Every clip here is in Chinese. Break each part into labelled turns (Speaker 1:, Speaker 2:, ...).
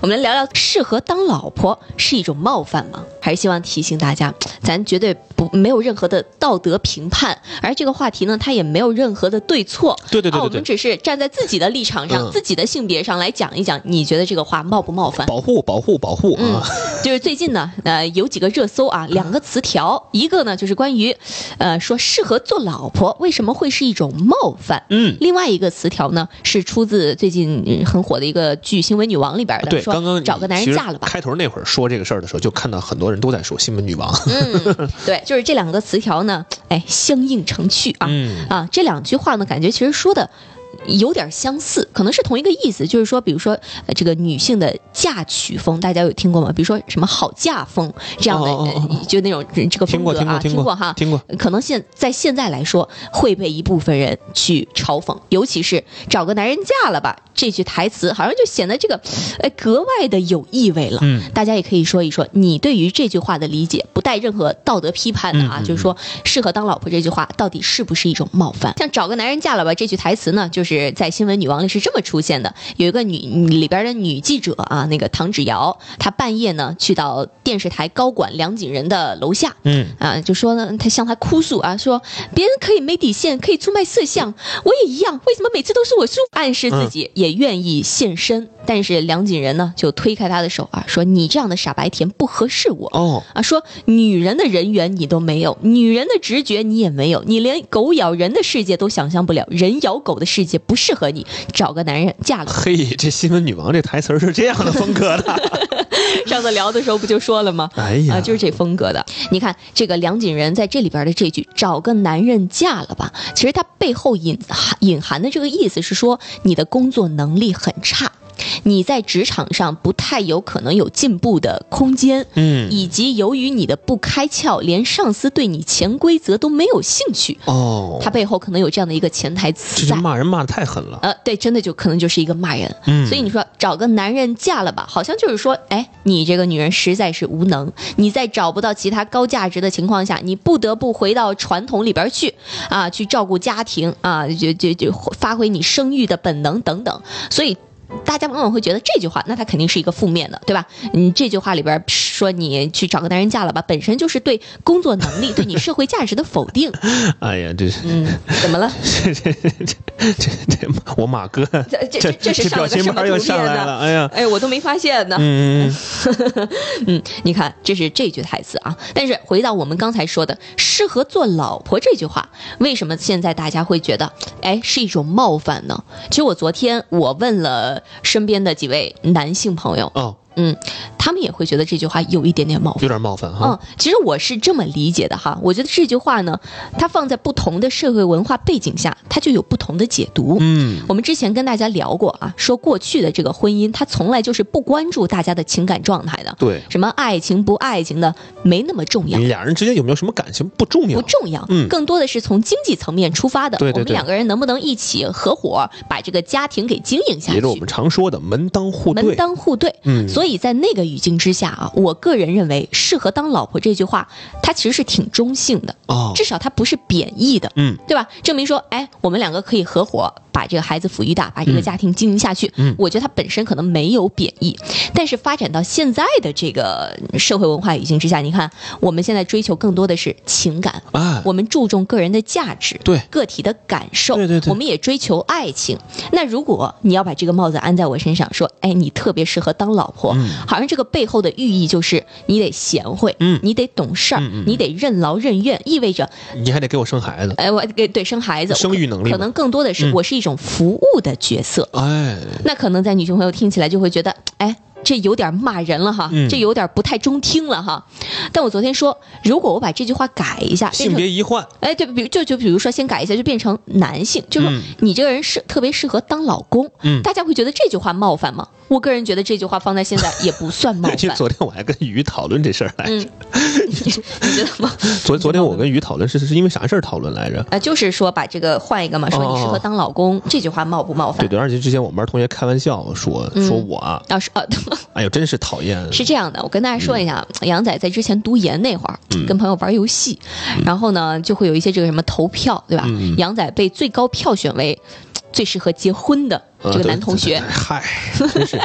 Speaker 1: 我们来聊聊，适合当老婆是一种冒犯吗？还是希望提醒大家，咱绝对不没有任何的道德评判，而这个话题呢，它也没有任何的对错。
Speaker 2: 对对对对对
Speaker 1: 啊，我们只是站在自己的立场上、
Speaker 2: 嗯
Speaker 1: 自己的性别上来讲一讲，你觉得这个话冒不冒犯？
Speaker 2: 保护、保护、保护啊！
Speaker 1: 就是最近呢，呃，有几个热搜啊，
Speaker 2: 嗯
Speaker 1: 两个词条，一个呢就是关于，呃，说适合做老婆为什么会是一种冒犯。
Speaker 2: 嗯，
Speaker 1: 另外一个词条呢，是出自最近嗯很火的一个剧《新闻女王》里边的，
Speaker 2: 啊对，
Speaker 1: 哎说
Speaker 2: 刚刚
Speaker 1: 找个男
Speaker 2: 其
Speaker 1: 人
Speaker 2: 实
Speaker 1: 嫁 了吧。
Speaker 2: 开头那会儿说这个事儿的时候，就看到很多人都在说“新闻女王
Speaker 1: 嗯，对，就是这两个词条呢，哎，相映成趣”。啊、
Speaker 2: 嗯，
Speaker 1: 啊，这两句话呢，感觉其实说的。有点相似，可能是同一个意思，就是说，比如说，呃这个女性的嫁娶风，大家有听过吗？比如说什么好嫁风这样的，
Speaker 2: 哦哦哦
Speaker 1: 呃就那种这
Speaker 2: 听
Speaker 1: 个风
Speaker 2: 过，
Speaker 1: 格
Speaker 2: 听过，
Speaker 1: 啊，听
Speaker 2: 过
Speaker 1: 哈，
Speaker 2: 听过。
Speaker 1: 可能现在现在来说会被一部分人去嘲讽，尤其是“找个男人嫁了吧”这句台词，好像就显得这个，呃，格外的有意味了。
Speaker 2: 嗯，
Speaker 1: 大家也可以说一说你对于这句话的理解，不带任何道德批判的啊，
Speaker 2: 嗯嗯嗯
Speaker 1: 就是说适合当老婆这句话到底是不是一种冒犯？像“找个男人嫁了吧”这句台词呢，就是在新闻女王里是这么出现的，有一个女里边的女记者啊，那个唐芷瑶，她半夜呢去到电视台高管梁景仁的楼下，
Speaker 2: 嗯，
Speaker 1: 啊，就说呢，他向他哭诉啊，说别人可以没底线，可以出卖色相，我也一样，为什么每次都是我输？暗示自己也愿意献身，但是梁锦仁呢就推开他的手啊，说你这样的傻白甜不合适我。
Speaker 2: 哦，
Speaker 1: 啊，说女人的人缘你都没有，女人的直觉你也没有，你连狗咬人的世界都想象不了，人咬狗的世界不适合你，找个男人嫁了吧。
Speaker 2: 嘿，这新闻女王这台词儿是这样的风格的。
Speaker 1: 上次聊的时候不就说了吗？
Speaker 2: 哎呀，
Speaker 1: 啊，就是这风格的。你看这个梁锦仁在这里边的这句“找个男人嫁了吧”，其实他背后隐含隐含的这个意思是说，你的工作能力很差，你在职场上不太有可能有进步的空间，
Speaker 2: 嗯，
Speaker 1: 以及由于你的不开窍，连上司对你潜规则都没有兴趣。
Speaker 2: 哦，
Speaker 1: 他背后可能有这样的一个潜台
Speaker 2: 这
Speaker 1: 词
Speaker 2: 就
Speaker 1: 在。
Speaker 2: 骂人骂的太狠了。
Speaker 1: 呃，对，真的就可能就是一个骂人。
Speaker 2: 嗯，
Speaker 1: 所以你说找个男人嫁了吧，好像就是说，哎，你这个女人实在是无能，你在找不到其他高价值的情况下，你不得不回到传统里边去啊，去照顾家庭啊，就就就发挥你生育的本能等等，所以。大家往往会觉得这句话，那它肯定是一个负面的，对吧？你这句话里边说你去找个男人嫁了吧，本身就是对工作能力、对你社会价值的否定。
Speaker 2: 哎呀，这是
Speaker 1: 嗯，怎么了？
Speaker 2: 这这这这这这，我马哥，
Speaker 1: 这这这这是
Speaker 2: 这
Speaker 1: 上
Speaker 2: 表
Speaker 1: 了个
Speaker 2: 情
Speaker 1: 什么
Speaker 2: 包
Speaker 1: 图
Speaker 2: 又上
Speaker 1: 片
Speaker 2: 来
Speaker 1: 呢？
Speaker 2: 了，哎呀，
Speaker 1: 哎，我都没发现呢。
Speaker 2: 嗯嗯
Speaker 1: 嗯，你看，这是这句台词啊。但是回到我们刚才说的“适合做老婆”这句话，为什么现在大家会觉得，哎，是一种冒犯呢？其实我昨天我问了身边的几位男性朋友，
Speaker 2: 嗯，哦，
Speaker 1: 嗯，他们也会觉得这句话有一点点冒犯。
Speaker 2: 有点冒犯哈
Speaker 1: 嗯，，其实我是这么理解的哈，我觉得这句话呢，它放在不同的社会文化背景下，它就有不同的解读。
Speaker 2: 嗯，
Speaker 1: 我们之前跟大家聊过啊，说过去的这个婚姻，它从来就是不关注大家的情感状态的，
Speaker 2: 对，
Speaker 1: 什么爱情不爱情的没那么重要，
Speaker 2: 你俩人之间有没有什么感情不重要
Speaker 1: 不，重要，
Speaker 2: 嗯
Speaker 1: 更多的是从经济层面出发的。
Speaker 2: 对对
Speaker 1: 我们
Speaker 2: 对
Speaker 1: 两个人能不能一起合伙把这个家庭给经营下
Speaker 2: 也
Speaker 1: 去
Speaker 2: 是？我们常说的门当户
Speaker 1: 门
Speaker 2: 对，
Speaker 1: 当户对，
Speaker 2: 嗯
Speaker 1: 所以在那个语境之下啊，我个人认为“适合当老婆”这句话，它其实是挺中性的，
Speaker 2: 哦，
Speaker 1: 至少它不是贬义的，
Speaker 2: 嗯，
Speaker 1: 对吧？证明说，哎，我们两个可以合伙把这个孩子抚育大，把这个家庭经营下去。
Speaker 2: 嗯
Speaker 1: 我觉得它本身可能没有贬义，但是发展到现在的这个社会文化语境之下，你看，我们现在追求更多的是情感，
Speaker 2: 啊，
Speaker 1: 我们注重个人的价值，
Speaker 2: 对
Speaker 1: 个体的感受，
Speaker 2: 对对对
Speaker 1: 我们也追求爱情。那如果你要把这个帽子安在我身上，说，哎，你特别适合当老婆，
Speaker 2: 嗯
Speaker 1: 好像这个背后的寓意就是你得贤惠，
Speaker 2: 嗯
Speaker 1: 你得懂事儿，
Speaker 2: 嗯嗯
Speaker 1: 你得任劳任怨，意味着，
Speaker 2: 你还得给我生孩子，
Speaker 1: 哎，我给对生孩子，
Speaker 2: 生育能力
Speaker 1: 可
Speaker 2: 嘛
Speaker 1: 能更多的是
Speaker 2: 嗯
Speaker 1: 我是一种服务的角色。
Speaker 2: 哎，
Speaker 1: 那可能在女性朋友听起来就会觉得，哎，这有点骂人了哈，
Speaker 2: 嗯
Speaker 1: 这有点不太中听了哈。但我昨天说，如果我把这句话改一下，变
Speaker 2: 性
Speaker 1: 成
Speaker 2: 别一换，
Speaker 1: 哎，对，比如就就比如说，先改一下，就变成男性，就是说
Speaker 2: 嗯
Speaker 1: 你这个人是特别适合当老公。
Speaker 2: 嗯
Speaker 1: 大家会觉得这句话冒犯吗？我个人觉得这句话放在现在也不算 冒
Speaker 2: 其实
Speaker 1: 犯。
Speaker 2: 昨天我还跟于讨论这事儿来着。
Speaker 1: 嗯， 你觉得吗？
Speaker 2: 昨昨天我跟于讨论是是因为啥事儿讨论来着？
Speaker 1: 啊，就是说把这个换一个嘛，说你适合当老公，这句话冒不冒
Speaker 2: 哦对
Speaker 1: 犯？
Speaker 2: 对，而且之前我们班同学开玩笑说
Speaker 1: 嗯
Speaker 2: 说我啊，
Speaker 1: 啊是啊，
Speaker 2: 哎呦，真是讨厌。
Speaker 1: 是这样的，我跟大家说一下，
Speaker 2: 嗯
Speaker 1: 杨仔在之前读研那会儿，跟朋友玩游戏，
Speaker 2: 嗯
Speaker 1: 然后呢就会有一些这个什么投票，对吧？杨仔被最高票选为最适合结婚的
Speaker 2: 啊
Speaker 1: 这个
Speaker 2: 对
Speaker 1: 男同学
Speaker 2: 对对，嗨，真 是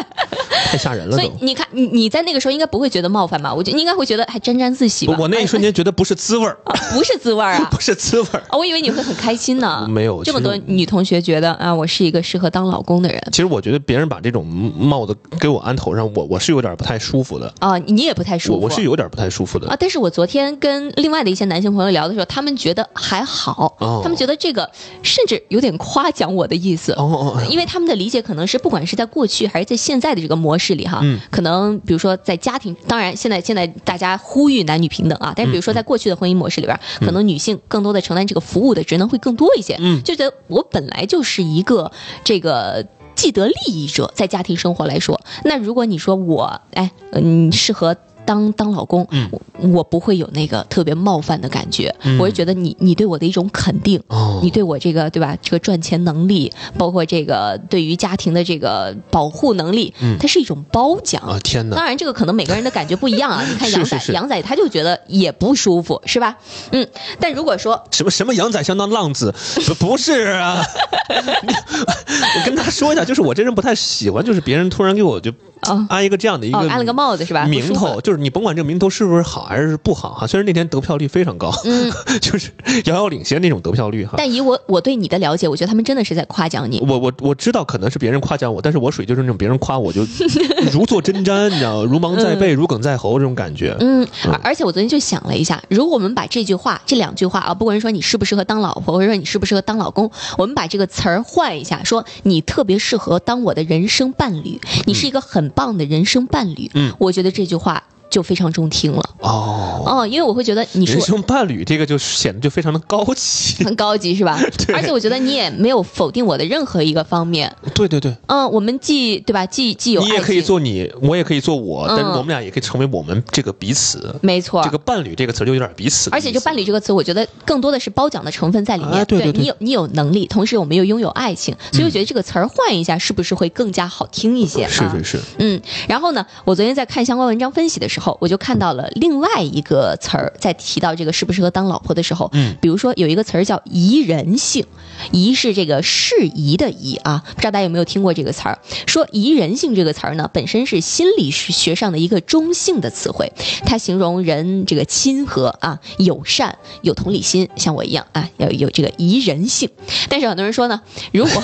Speaker 2: 太吓人了
Speaker 1: 所以
Speaker 2: 都。
Speaker 1: 你看，你你在那个时候应该不会觉得冒犯吧？我觉得你应该会觉得还沾沾自喜吧
Speaker 2: 我。我那一瞬间觉得不是滋味儿，
Speaker 1: 不是滋味儿 哎啊
Speaker 2: 不是滋味儿。
Speaker 1: 啊我以为你会很开 心呢。
Speaker 2: 没有
Speaker 1: 这么多
Speaker 2: 其实
Speaker 1: 女同学觉得啊，我是一个适合当老公的人
Speaker 2: 其实我觉得别人把这种帽子给我安头上，我我是有点不太舒服的，
Speaker 1: 啊，你也不太舒
Speaker 2: 我
Speaker 1: 服。
Speaker 2: 我是有点不太舒服的。
Speaker 1: 啊，但是我昨天跟另外的一些男性朋友聊的时候，他们觉得还好，
Speaker 2: 哦
Speaker 1: 他们觉得这个甚至有点夸奖我的意思。
Speaker 2: 哦哦，
Speaker 1: 因为他们的理解可能是，不管是在过去还是在现在的这个模式里哈，
Speaker 2: 嗯
Speaker 1: 可能比如说在家庭，当然现在现在大家呼吁男女平等啊，
Speaker 2: 嗯
Speaker 1: 但是比如说在过去的婚姻模式里边，可能女性更多的承担这个服务的职能会更多一些，
Speaker 2: 嗯
Speaker 1: 就觉得我本来就是一个这个。既得利益者，在家庭生活来说，那如果你说我，哎，嗯，适合当当老公，
Speaker 2: 嗯
Speaker 1: 我我不会有那个特别冒犯的感觉，我是觉得你你对我的一种肯定，
Speaker 2: 哦
Speaker 1: 你对我这个对吧？这个赚钱能力，包括这个对于家庭的这个保护能力，它是一种褒奖。
Speaker 2: 嗯啊天哪！
Speaker 1: 当然，这个可能每个人的感觉不一 样啊。你看
Speaker 2: 是
Speaker 1: 杨
Speaker 2: 是
Speaker 1: 仔，
Speaker 2: 是
Speaker 1: 杨仔他就觉得也不舒服，是吧？嗯，但如果说
Speaker 2: 什么什么羊仔相当浪子， 不不是啊！ 你我跟他说一下，就是我这人不太喜欢，就是别人突然给我就
Speaker 1: 哦
Speaker 2: 安一个这样的一个、
Speaker 1: 哦，安了个帽子是吧？不
Speaker 2: 名
Speaker 1: 舒服
Speaker 2: 头，就是你甭管这个名头是不是好还是不好哈，虽然那天得票率非常高，
Speaker 1: 嗯
Speaker 2: 就是遥遥领先那种得票率哈。
Speaker 1: 但以我我对你的了解，我觉得他们真的是在夸奖你。
Speaker 2: 我我我知道可能是别人夸奖我，但是我属于就是那种别人夸我就 如坐针毡，你知道吗如芒在 背、如鲠在喉这种感觉。
Speaker 1: 嗯，而而且我昨天就想了一下，如果我们把这句话、这两句话啊，不管是说你适不适合当老婆，或者说你适不适合当老公，我们把这个词儿换一下，说你特别适合当我的人生伴侣，你是一个很棒的人生伴侣。
Speaker 2: 嗯，
Speaker 1: 我觉得这句话就非常中听了。
Speaker 2: 哦，
Speaker 1: 哦，因为我会觉得你是
Speaker 2: 人
Speaker 1: 我
Speaker 2: 生伴侣这个就显得就非常的高级。
Speaker 1: 很高级，是吧？
Speaker 2: 对
Speaker 1: 而且我觉得你也没有否定我的任何一个方面。
Speaker 2: 对对对，
Speaker 1: 嗯，我们既对吧，既既有
Speaker 2: 你也
Speaker 1: 爱
Speaker 2: 可以
Speaker 1: 情，
Speaker 2: 做你，我也可以做我，但是
Speaker 1: 嗯
Speaker 2: 我们俩也可以成为我们这个彼此。
Speaker 1: 没错，
Speaker 2: 这个伴侣这个词儿就有点彼此的
Speaker 1: 而
Speaker 2: 意思，
Speaker 1: 且这“伴侣”这个词，我觉得更多的是褒奖的成分在里面。
Speaker 2: 啊对对对嗯
Speaker 1: 你有你有能力，同时我们又拥有爱情，所以我觉得这个词儿换一下，是不是会更加好听一些啊？
Speaker 2: 是是 是，
Speaker 1: 嗯，然后呢，我昨天在看相关文章分析的时候，我就看到了另外一个词儿，在提到这个适不适合当老婆的时候，
Speaker 2: 嗯，
Speaker 1: 比如说有一个词儿叫宜人性，宜是这个适宜的宜啊，不知道大家有没有听过这个词儿？啊说宜人性这个词儿呢，本身是心理学上的一个中性的词汇，它形容人这个亲和啊、友善、有同理心，像我一样啊，要有这个宜人性。但是很多人说呢，如果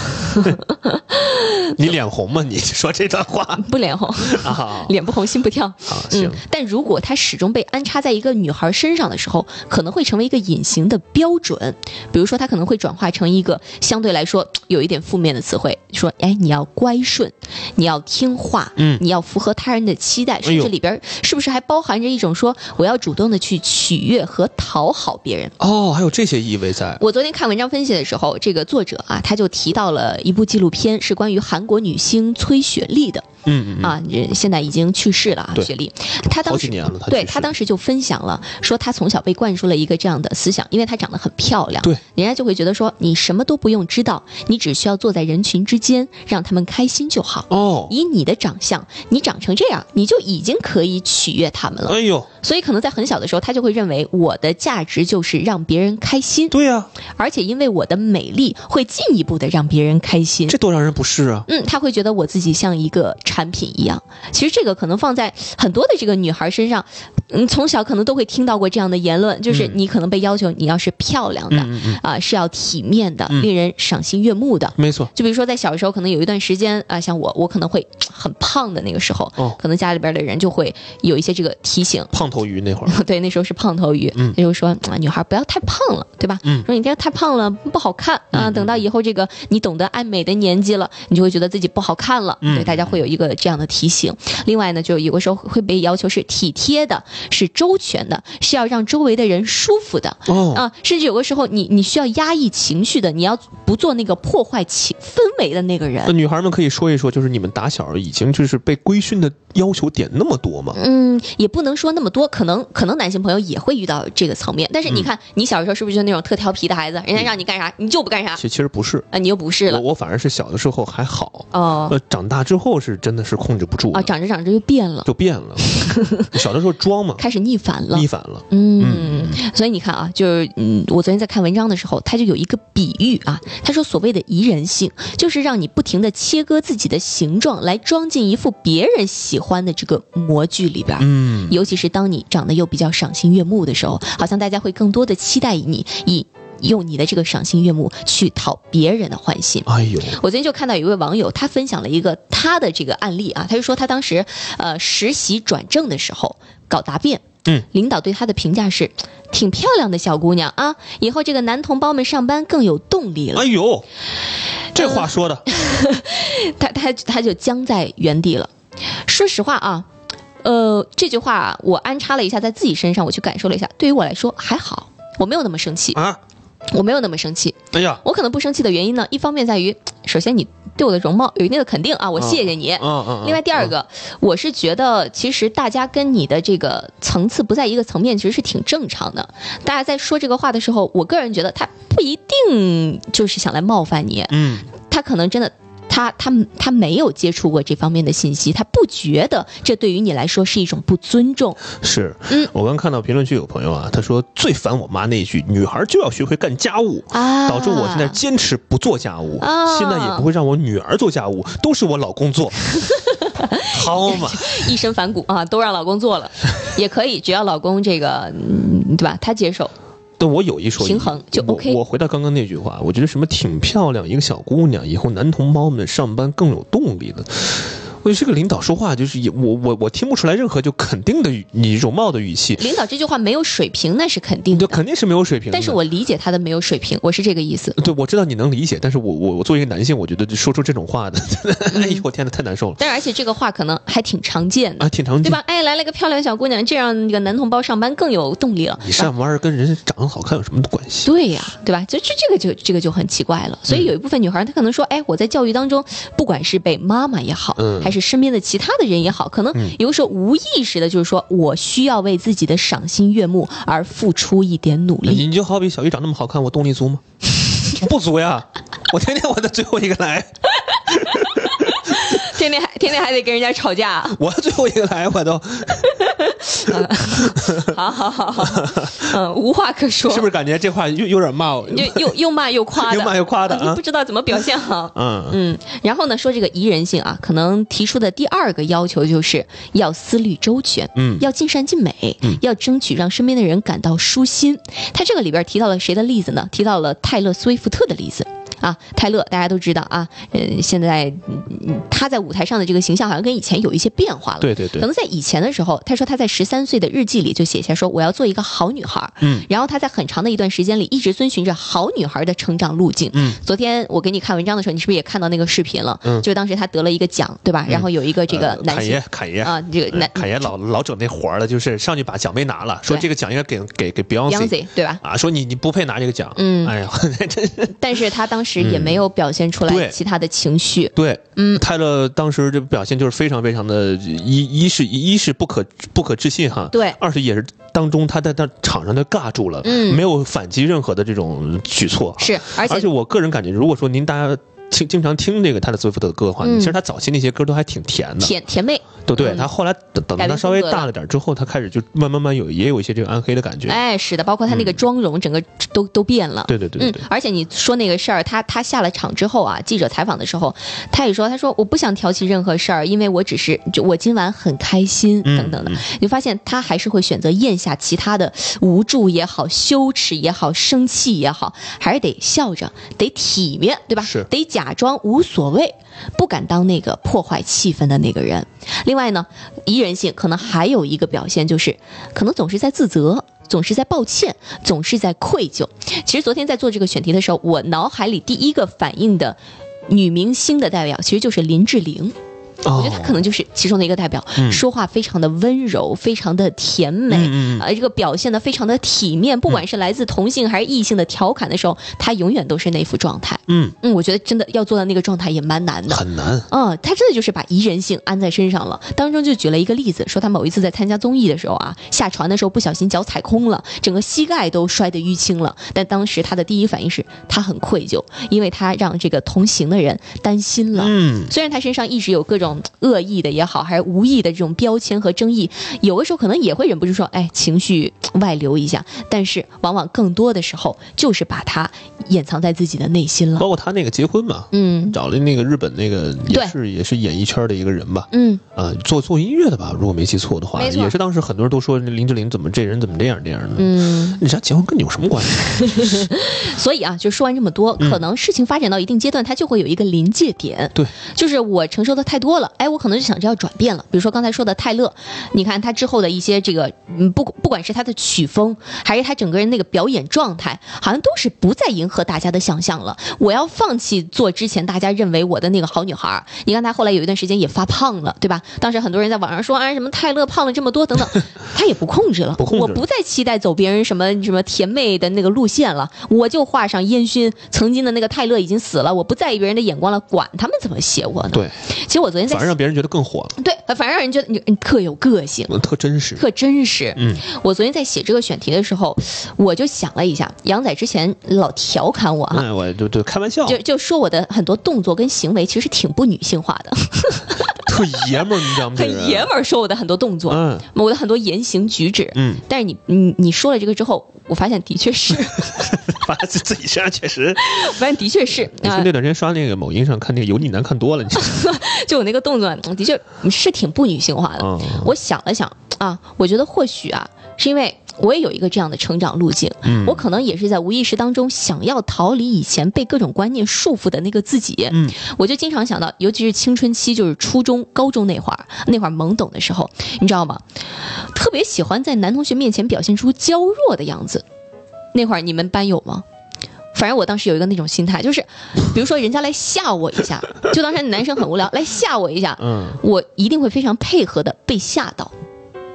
Speaker 2: 你脸红吗？你说这段话
Speaker 1: 不脸红，
Speaker 2: 啊？
Speaker 1: 脸不红心不跳，
Speaker 2: 好行
Speaker 1: 嗯，，但如果它始终被安插在一个女孩身上的时候，可能会成为一个隐形的标准。比如说，它可能会转化成一个相对来说有一点负面的词汇，说，哎，你要乖顺，你要听话，
Speaker 2: 嗯
Speaker 1: 你要符合他人的期待，甚
Speaker 2: 哎
Speaker 1: 至
Speaker 2: 呦
Speaker 1: 里边儿是不是还包含着一种说，我要主动的去取悦和讨好别人？
Speaker 2: 哦，还有这些意味在。
Speaker 1: 我昨天看文章分析的时候，这个作者啊，他就提到了一部纪录片，是关于韩国女星崔雪莉的。
Speaker 2: 嗯嗯嗯，
Speaker 1: 啊，人现在已经去世了啊，
Speaker 2: 对
Speaker 1: 雪莉，她当
Speaker 2: 好
Speaker 1: 时
Speaker 2: 几年了她
Speaker 1: 对
Speaker 2: 去世
Speaker 1: 她当时就分享了，说她从小被灌输了一个这样的思想，因为她长得很漂亮，
Speaker 2: 对，
Speaker 1: 人家就会觉得说你什么都不用知道，你只需要坐在人群之间，让他们开心就好。
Speaker 2: 哦，
Speaker 1: 以你的长相，你长成这样，你就已经可以取悦他们了。
Speaker 2: 哎呦，
Speaker 1: 所以可能在很小的时候，她就会认为我的价值就是让别人开心，
Speaker 2: 对呀、
Speaker 1: 而且因为我的美丽会进一步的让别人开心。
Speaker 2: 这多让人不适啊！
Speaker 1: 嗯，他会觉得我自己像一个产品一样。其实这个可能放在很多的这个女孩身上，嗯，从小可能都会听到过这样的言论，就是你可能被要求你要是漂亮的，啊、
Speaker 2: 嗯嗯嗯嗯，
Speaker 1: 是要体面的，
Speaker 2: 嗯
Speaker 1: 令人赏心悦目的。
Speaker 2: 没错，
Speaker 1: 就比如说，在小时候，可能有一段时间啊、像我，我可能会很胖的那个时候，
Speaker 2: 哦
Speaker 1: 可能家里边的人就会有一些这个提醒，
Speaker 2: 胖头鱼那会儿，
Speaker 1: 对，那时候是胖头鱼，
Speaker 2: 嗯
Speaker 1: 他就说啊，女孩不要太胖了，对吧？
Speaker 2: 嗯
Speaker 1: 说你这样太胖了不好看啊，
Speaker 2: 嗯
Speaker 1: 等到以后这个你懂得爱美的年纪了，你就会觉得自己不好看了。
Speaker 2: 嗯
Speaker 1: 对，大家会有一个这样的提醒。另外呢，就有个时候会被要求是体贴的，是周全的，是要让周围的人舒服的。
Speaker 2: 哦，
Speaker 1: 啊，甚至有个时候你你需要压抑情绪的，你要不做那个破坏情氛围的那个人
Speaker 2: 那。女孩们可以说一说，就是你们打小已经就是被规训的要求点那么多吗？
Speaker 1: 嗯，也不能说那么多，可能可能男性朋友也会遇到这个层面。但是
Speaker 2: 嗯
Speaker 1: 你看，你小时候是不是就那种特调皮的孩子？人家让你干啥，你就不干啥
Speaker 2: 其，其实不是，
Speaker 1: 啊，你又不是
Speaker 2: 我
Speaker 1: 了。
Speaker 2: 我反而是小的时候还好，
Speaker 1: 哦
Speaker 2: 呃，长大之后是真的是控制不住
Speaker 1: 啊，
Speaker 2: 了，
Speaker 1: 长着长着就变了，
Speaker 2: 就变 了。小的时候装嘛，
Speaker 1: 开始逆反了
Speaker 2: 逆。反了。
Speaker 1: 嗯，所以你看啊，就是嗯，我昨天在看文章的时候，他就有一个比喻啊，他说所谓的宜人性，就是让你不停的切割自己的形状，来装进一副别人喜欢的这个模具里边儿。
Speaker 2: 嗯，
Speaker 1: 尤其是当你长得又比较赏心悦目的时候，好像大家会更多的期待你，以用你的这个赏心悦目去讨别人的欢心。
Speaker 2: 哎呦，
Speaker 1: 我昨天就看到有一位网友，他分享了一个他的这个案例啊，他就说他当时呃实习转正的时候搞答辩。
Speaker 2: 嗯，
Speaker 1: 领导对他的评价是，挺漂亮的小姑娘啊，以后这个男同胞们上班更有动力了。
Speaker 2: 哎呦，这话说的，
Speaker 1: 他他他就僵在原地了。说实话啊，呃，这句话我安插了一下在自己身上，我去感受了一下，对于我来说还好，我没有那么生气，
Speaker 2: 啊，
Speaker 1: 我没有那么生气。
Speaker 2: 哎呀，
Speaker 1: 我可能不生气的原因呢，一方面在于，首先你对我的容貌有一定的肯定啊，我谢谢你。
Speaker 2: 嗯嗯嗯。
Speaker 1: 另外第二个，我是觉得其实大家跟你的这个层次不在一个层面，其实是挺正常的。大家在说这个话的时候，我个人觉得他不一定就是想来冒犯你，
Speaker 2: 嗯，
Speaker 1: 他可能真的。他他他没有接触过这方面的信息，他不觉得这对于你来说是一种不尊重。
Speaker 2: 是，
Speaker 1: 嗯
Speaker 2: 我刚看到评论区有朋友啊，他说最烦我妈那一句“女孩就要学会干家务”，
Speaker 1: 啊
Speaker 2: 导致我现在坚持不做家务，
Speaker 1: 啊
Speaker 2: 现在也不会让我女儿做家务，都是我老公 做。好嘛，
Speaker 1: 一身反骨啊，都让老公做 了，也可以，只要老公这个，嗯，对吧？他接受，
Speaker 2: 但我有一说一，
Speaker 1: 平衡就
Speaker 2: 我
Speaker 1: OK
Speaker 2: 我回到刚刚那句话，我觉得什么挺漂亮，一个小姑娘，以后男同胞们上班更有动力了。我觉得这个领导说话就是也我我我听不出来任何就肯定的语你容貌的语气，
Speaker 1: 领导这句话没有水平，那是肯定
Speaker 2: 就
Speaker 1: 的。
Speaker 2: 肯定是没有水平的。
Speaker 1: 但是我理解他的没有水平，我是这个意思。
Speaker 2: 对，我知道你能理解，但是我我我作为一个男性，我觉得说出这种话的，
Speaker 1: 嗯
Speaker 2: 哎呦我天哪，太难受了
Speaker 1: 但是而且这个话可能还挺常见的，
Speaker 2: 啊！挺常
Speaker 1: 对
Speaker 2: 见，
Speaker 1: 吧？哎，来了个漂亮小姑娘，这让那个男同胞上班更有动力了。
Speaker 2: 你上班儿跟人长得好看有什么关系？
Speaker 1: 对呀、对吧？就这这个就这个就很奇怪了。
Speaker 2: 嗯
Speaker 1: 所以有一部分女孩，她可能说，哎，我在教育当中，不管是被妈妈也好，
Speaker 2: 嗯
Speaker 1: 还是身边的其他的人也好，可能
Speaker 2: 嗯
Speaker 1: 有的时候无意识的，就是说我需要为自己的赏心悦目而付出一点努力。
Speaker 2: 哎你就好比小鱼长那么好看，我动力足 吗？不足呀，我天天我在最后一个来，嗯
Speaker 1: 天天还天天还得跟人家 吵架，
Speaker 2: 我最后一个来，我都
Speaker 1: 好好好好，嗯，无话可说，
Speaker 2: 是不是感觉这话又有点骂我？
Speaker 1: 又又又骂又夸的，
Speaker 2: 又骂又夸 的
Speaker 1: 啊
Speaker 2: 啊
Speaker 1: 不知道怎么表现好。
Speaker 2: 嗯，
Speaker 1: 嗯，然后呢，说这个宜人性啊，可能提出的第二个要求就是要思虑周全，
Speaker 2: 嗯
Speaker 1: 要尽善尽美，
Speaker 2: 嗯
Speaker 1: 要争取让身边的人感到舒心。他这个里边提到了谁的例子呢？提到了泰勒·斯威夫特的例子。啊，泰勒大家都知道啊，嗯、现在嗯嗯他在舞台上的这个形象好像跟以前有一些变化了。
Speaker 2: 对对
Speaker 1: 可
Speaker 2: 对，
Speaker 1: 能在以前的时候，他说他在十三岁的日记里就写下说我要做一个好女孩，
Speaker 2: 嗯，
Speaker 1: 然后他在很长的一段时间里一直遵循着好女孩的成长路径，
Speaker 2: 嗯，
Speaker 1: 昨天我给你看文章的时候，你是不是也看到那个视频了？
Speaker 2: 嗯
Speaker 1: 就当时他得了一个奖，对吧？然后有一个这个
Speaker 2: 呃
Speaker 1: 男
Speaker 2: 侃
Speaker 1: 性
Speaker 2: 爷，侃爷
Speaker 1: 啊，这个
Speaker 2: 嗯
Speaker 1: 男
Speaker 2: 侃爷老老整那活儿了，就是上去把奖杯拿了，说
Speaker 1: 对
Speaker 2: 这个奖应该给给给 Beyonce
Speaker 1: Beyonce 对吧？
Speaker 2: 啊，说你你不配拿这个奖，
Speaker 1: 嗯
Speaker 2: 哎呀，
Speaker 1: 但是他当时也没有表现出
Speaker 2: 嗯
Speaker 1: 来
Speaker 2: 对
Speaker 1: 其他的情绪。
Speaker 2: 对，
Speaker 1: 嗯
Speaker 2: 泰勒当时这表现就是非常非常的，一一是一是不可不可置信哈，
Speaker 1: 对
Speaker 2: 二是也是当中他在那场上他尬住了，
Speaker 1: 嗯
Speaker 2: 没有反击任何的这种举措，
Speaker 1: 是，而且
Speaker 2: 啊而且我个人感觉，如果说您大家。经经常听这个泰勒·斯威夫特的歌的话，
Speaker 1: 嗯
Speaker 2: 其实他早期那些歌都还挺甜的，
Speaker 1: 甜甜妹，
Speaker 2: 对不对？
Speaker 1: 嗯
Speaker 2: 他后来等等
Speaker 1: 改
Speaker 2: 到
Speaker 1: 变
Speaker 2: 他稍微
Speaker 1: 风格了
Speaker 2: 大了点之后，他开始就慢慢慢有也有一些这个暗黑的感觉。
Speaker 1: 哎，是的，包括他那个妆容，整个都都变了。
Speaker 2: 嗯对对对对对
Speaker 1: 嗯，，而且你说那个事儿，他他下了场之后啊，记者采访的时候，他也说，他说我不想挑起任何事儿，因为我只是就我今晚很开心
Speaker 2: 嗯
Speaker 1: 等等的
Speaker 2: 嗯，
Speaker 1: 你发现他还是会选择咽下其他的无助也好、羞耻也好、生气也好，还是得笑着，得体面，对吧？
Speaker 2: 是
Speaker 1: 得假假装无所谓，不敢当那个破坏气氛的那个人。另外呢，宜人性可能还有一个表现就是，可能总是在自责。总是在抱歉，总是在愧疚。其实昨天在做这个选题的时候，我脑海里第一个反应的女明星的代表其实就是林志玲。
Speaker 2: 哦
Speaker 1: 我觉得她可能就是其中的一个代表，
Speaker 2: 嗯
Speaker 1: 说话非常的温柔，非常的甜美，
Speaker 2: 嗯嗯嗯
Speaker 1: 呃，这个表现的非常的体面，不管是来自同性还是异性的调侃的时候，她永远都是那副状态。
Speaker 2: 嗯，
Speaker 1: 嗯，我觉得真的要做到那个状态也蛮难的。
Speaker 2: 很难。
Speaker 1: 嗯，他真的就是把宜人性安在身上了。当中就举了一个例子，说他某一次在参加综艺的时候啊，下船的时候不小心脚踩空了，整个膝盖都摔得淤青了。但当时他的第一反应是他很愧疚，因为他让这个同行的人担心了。
Speaker 2: 嗯，
Speaker 1: 虽然他身上一直有各种恶意的也好，还是无意的这种标签和争议，有的时候可能也会忍不住说，哎，情绪外流一下。但是往往更多的时候，就是把它掩藏在自己的内心了。
Speaker 2: 包括他那个结婚嘛，
Speaker 1: 嗯
Speaker 2: 找了那个日本那个也
Speaker 1: 对
Speaker 2: 是也是演艺圈的一个人吧，
Speaker 1: 嗯，
Speaker 2: 啊、做做音乐的吧，如果没记错的话，
Speaker 1: 没错
Speaker 2: 也是当时很多人都说林志玲怎么这人怎么这样这样的。
Speaker 1: 嗯，
Speaker 2: 你啥结婚跟你有什么关系？
Speaker 1: 所以啊，就说完这么多，可能事情发展到一定阶段，它就会有一个临界点。
Speaker 2: 对，
Speaker 1: 就是我承受的太多了，哎，我可能就想着要转变了。比如说刚才说的泰勒，你看他之后的一些这个，嗯，不不管是他的曲风，还是他整个人那个表演状态，好像都是不再迎合大家的想象了。我要放弃做之前大家认为我的那个好女孩儿。你看她后来有一段时间也发胖了，对吧？当时很多人在网上说啊，什么泰勒胖了这么多等等，她也不控制了。
Speaker 2: 不控制
Speaker 1: 我不再期待走别人什么什么甜妹的那个路线了，我就画上烟熏。曾经的那个泰勒已经死了，我不在意别人的眼光了，管他们怎么写我呢？，
Speaker 2: 对，
Speaker 1: 其实我昨天在
Speaker 2: 反而让别人觉得更火
Speaker 1: 对，反而让人觉得你你特有个性。
Speaker 2: 了，特真实。
Speaker 1: 嗯特真实，
Speaker 2: 嗯，
Speaker 1: 我昨天在写这个选题的时候，我就想了一下，杨仔之前老调侃我啊，
Speaker 2: 那我就就开玩笑，
Speaker 1: 就就说我的很多动作跟行为其实挺不女性化的，
Speaker 2: 特爷们儿，你知道吗？这个
Speaker 1: 很
Speaker 2: 人
Speaker 1: 爷们儿说我的很多动作，
Speaker 2: 嗯
Speaker 1: 我的很多言行举止。
Speaker 2: 嗯，
Speaker 1: 但是你你你说了这个之后，我发现的确是，
Speaker 2: 反正自己身上确实。
Speaker 1: 我发现的确是
Speaker 2: 你
Speaker 1: 啊、
Speaker 2: 说那段时间刷那个某音上看那个油腻男看多了，你知道
Speaker 1: 就我那个动作嗯的确是挺不女性化的。
Speaker 2: 吗？嗯
Speaker 1: 我想了想啊，我觉得或许啊，是因为我也有一个这样的成长路径，
Speaker 2: 嗯
Speaker 1: 我可能也是在无意识当中想要逃离以前被各种观念束缚的那个自己。
Speaker 2: 嗯，
Speaker 1: 我就经常想到，尤其是青春期，就是初中、高中那会儿，那会儿懵懂的时候，你知道吗？特别喜欢在男同学面前表现出娇弱的样子。那会儿你们班有吗？反正我当时有一个那种心态，就是，比如说人家来吓我一下，就当时男生很无聊来吓我一下，
Speaker 2: 嗯
Speaker 1: 我一定会非常配合的被吓到，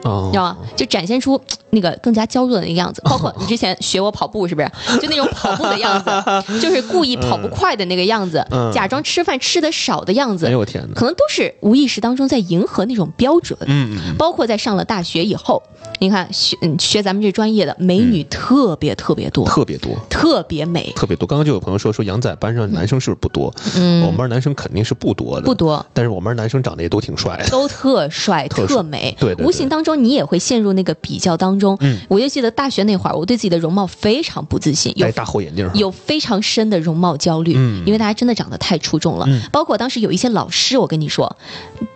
Speaker 2: 哦
Speaker 1: 你知道吗？就展现出那个更加娇弱的那个样子，
Speaker 2: 哦
Speaker 1: 包括你之前学我跑步是不是？就那种跑步的 样子，就是故意跑不快的那个样子，
Speaker 2: 嗯
Speaker 1: 假装吃饭吃的少的样
Speaker 2: 哎
Speaker 1: 子，
Speaker 2: 呦我天哪！
Speaker 1: 可能都是无意识当中在迎合那种标准。
Speaker 2: 嗯嗯
Speaker 1: 包括在上了大学以后，你看学嗯学咱们这专业的美女特别特别
Speaker 2: 嗯，
Speaker 1: 多，
Speaker 2: 特别多。
Speaker 1: 特别美，
Speaker 2: 特别多，刚刚就有朋友说说杨仔班上男生是不是不多？我们
Speaker 1: 嗯，
Speaker 2: 班男生肯定是不多的，
Speaker 1: 不多。
Speaker 2: 但是我们班男生长得也都挺帅的。
Speaker 1: 都特帅、
Speaker 2: 特
Speaker 1: 特
Speaker 2: 帅
Speaker 1: 美，
Speaker 2: 对对对
Speaker 1: 无形当中你也会陷入那个比较当中。
Speaker 2: 嗯，
Speaker 1: 我就记得大学那会儿，我对自己的容貌非常不自信，有
Speaker 2: 戴大厚眼镜儿，
Speaker 1: 有非常深的容貌焦虑，
Speaker 2: 哎嗯
Speaker 1: 因为大家真的长得太出众了。
Speaker 2: 嗯
Speaker 1: 包括当时有一些老师，我跟你说，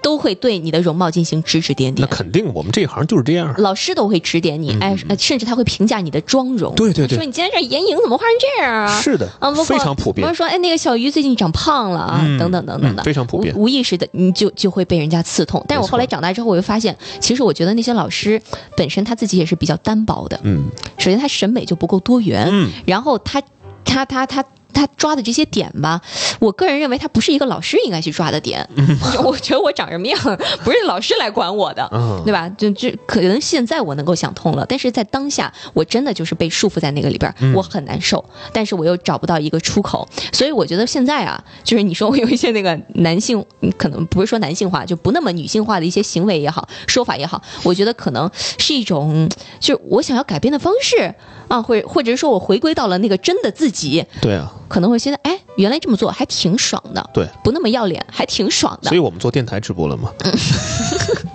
Speaker 1: 都会对你的容貌进行指指点
Speaker 2: 那
Speaker 1: 点，
Speaker 2: 肯定我们这一行就是这样。
Speaker 1: 老师都会指点你，哎，呃甚至他会评价你的妆容，
Speaker 2: 嗯对对对
Speaker 1: 说你今天这眼影怎么画成这样啊？
Speaker 2: 是的
Speaker 1: 啊，包，括
Speaker 2: 非常普
Speaker 1: 包括
Speaker 2: 遍，
Speaker 1: 说，哎，那个小鱼最近长胖了啊，
Speaker 2: 嗯
Speaker 1: 等等等等的，
Speaker 2: 嗯非常普遍
Speaker 1: 无无意识的，你就就会被人家刺痛。但是我
Speaker 2: 没错
Speaker 1: 后来长大之后，我就发现，其实我觉得那些老师本身他自己也是比较单薄的。
Speaker 2: 嗯
Speaker 1: 首先，他审美就不够多元，
Speaker 2: 嗯，
Speaker 1: 然后他他他他他抓的这些点吧，我个人认为他不是一个老师应该去抓的点。
Speaker 2: 嗯
Speaker 1: 我觉得我长什么样儿不是老师来管我的，
Speaker 2: 啊
Speaker 1: 对吧？就就可能现在我能够想通了，但是在当下我真的就是被束缚在那个里边儿，我很难受，但是我又找不到一个出口，所以我觉得现在啊，就是你说我有一些那个男性，嗯可能不是说男性化，就不那么女性化的一些行为也好，说法也好，我觉得可能是一种，就是我想要改变的方式啊，或者或者说我回归到了那个真的自己，
Speaker 2: 对啊，
Speaker 1: 可能会觉得，哎，原来这么做还挺爽的，
Speaker 2: 对，
Speaker 1: 不那么要脸，还挺爽的
Speaker 2: 所以。我们做电台直播了嘛，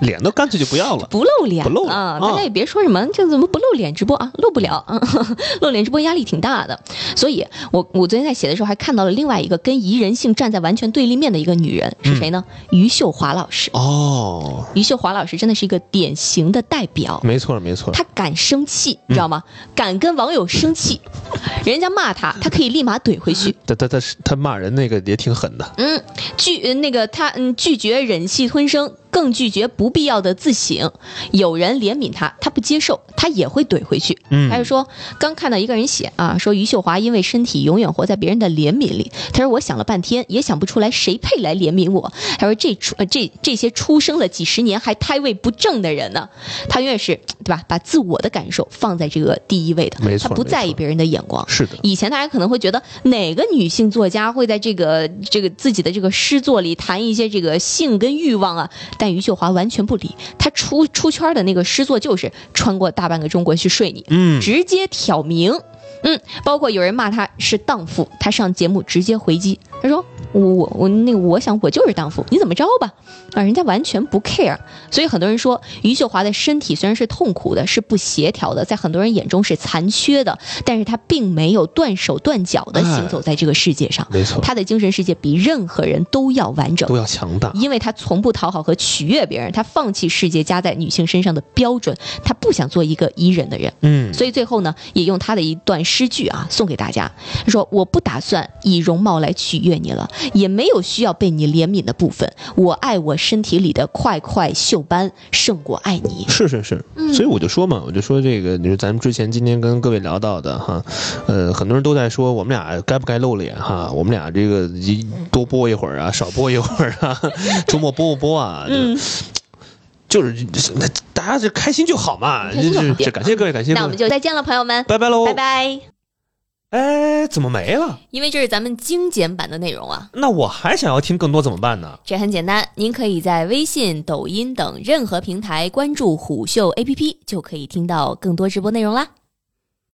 Speaker 2: 脸都干脆就不要了。
Speaker 1: 不露脸，
Speaker 2: 不露脸
Speaker 1: 啊，
Speaker 2: 啊
Speaker 1: 大家也别说什么这怎么不露脸直播啊，露不了， 嗯露脸直播压力挺大的。所以我我昨天在写的时候还看到了另外一个跟宜人性站在完全对立面的一个女人
Speaker 2: 嗯
Speaker 1: 是谁呢？余秀华老师。
Speaker 2: 哦，
Speaker 1: 余秀华老师真的是一个典型的代表，
Speaker 2: 没错没错，
Speaker 1: 她敢生气，
Speaker 2: 嗯
Speaker 1: 你知道吗？敢跟网友生气，人家骂她，她可以立马怼回去。
Speaker 2: 他他他是他骂人那个也挺狠的。
Speaker 1: 嗯，拒呃那个他嗯拒绝忍气吞声，更拒绝不必要的自省。有人怜悯他，他不接受，他也会怼回去。
Speaker 2: 嗯
Speaker 1: 还有说，刚看到一个人写啊，说余秀华因为身体永远活在别人的怜悯里。他说我想了半天也想不出来谁配来怜悯我。他说这出呃这这些出生了几十年还胎位不正的人呢，他永远是对吧？把自我的感受放在这个第一位的，
Speaker 2: 没错
Speaker 1: 他不
Speaker 2: 没
Speaker 1: 在意
Speaker 2: 错
Speaker 1: 别人的眼光。
Speaker 2: 是的，
Speaker 1: 以前大家可能会觉得哪个女性作家会在这个这个自己的这个诗作里谈一些这个性跟欲望啊，但余秀华完全不理。她出出圈的那个诗作就是穿过大半个中国去睡你，
Speaker 2: 嗯，
Speaker 1: 直接挑明。嗯，包括有人骂她是荡妇，她上节目直接回击，她说我我我那个我想我就是荡妇，你怎么着吧？啊，人家完全不 care。所以很多人说余秀华的身体虽然是痛苦的，是不协调的，在很多人眼中是残缺的，但是她并没有断手断脚的行走在这个世界上，
Speaker 2: 没错，
Speaker 1: 她的精神世界比任何人都要完整
Speaker 2: 都。要强大。
Speaker 1: 因为她从不讨好和取悦别人，她放弃世界加在女性身上的标准，她不想做一个宜人的人。
Speaker 2: 嗯，
Speaker 1: 所以最后呢，也用他的一段诗句啊送给大家。他说：“我不打算以容貌来取悦你了，也没有需要被你怜悯的部分。我爱我身体里的块块锈斑，胜过爱你。
Speaker 2: 是是是，
Speaker 1: 嗯
Speaker 2: 所以我就说嘛，我就说这个，你说咱们之前今天跟各位聊到的哈，呃，很多人都在说我们俩该不该露脸哈，我们俩这个一多播一会儿啊，少播一会儿 啊，周末播不播啊？
Speaker 1: 嗯，
Speaker 2: 就是大家就开心就好嘛，
Speaker 1: 开心就好
Speaker 2: 这这感谢各位，感谢各
Speaker 1: 那我
Speaker 2: 位
Speaker 1: 们，就再见了，朋友们，
Speaker 2: 拜拜喽，
Speaker 1: 拜。拜。
Speaker 2: 哎，怎么没了？
Speaker 1: 因为这是咱们精简版的内容啊。
Speaker 2: 那我还想要听更多怎么办呢？
Speaker 1: 这很简单，您可以在微信、抖音等任何平台关注虎嗅 APP，就可以听到更多直播内容啦。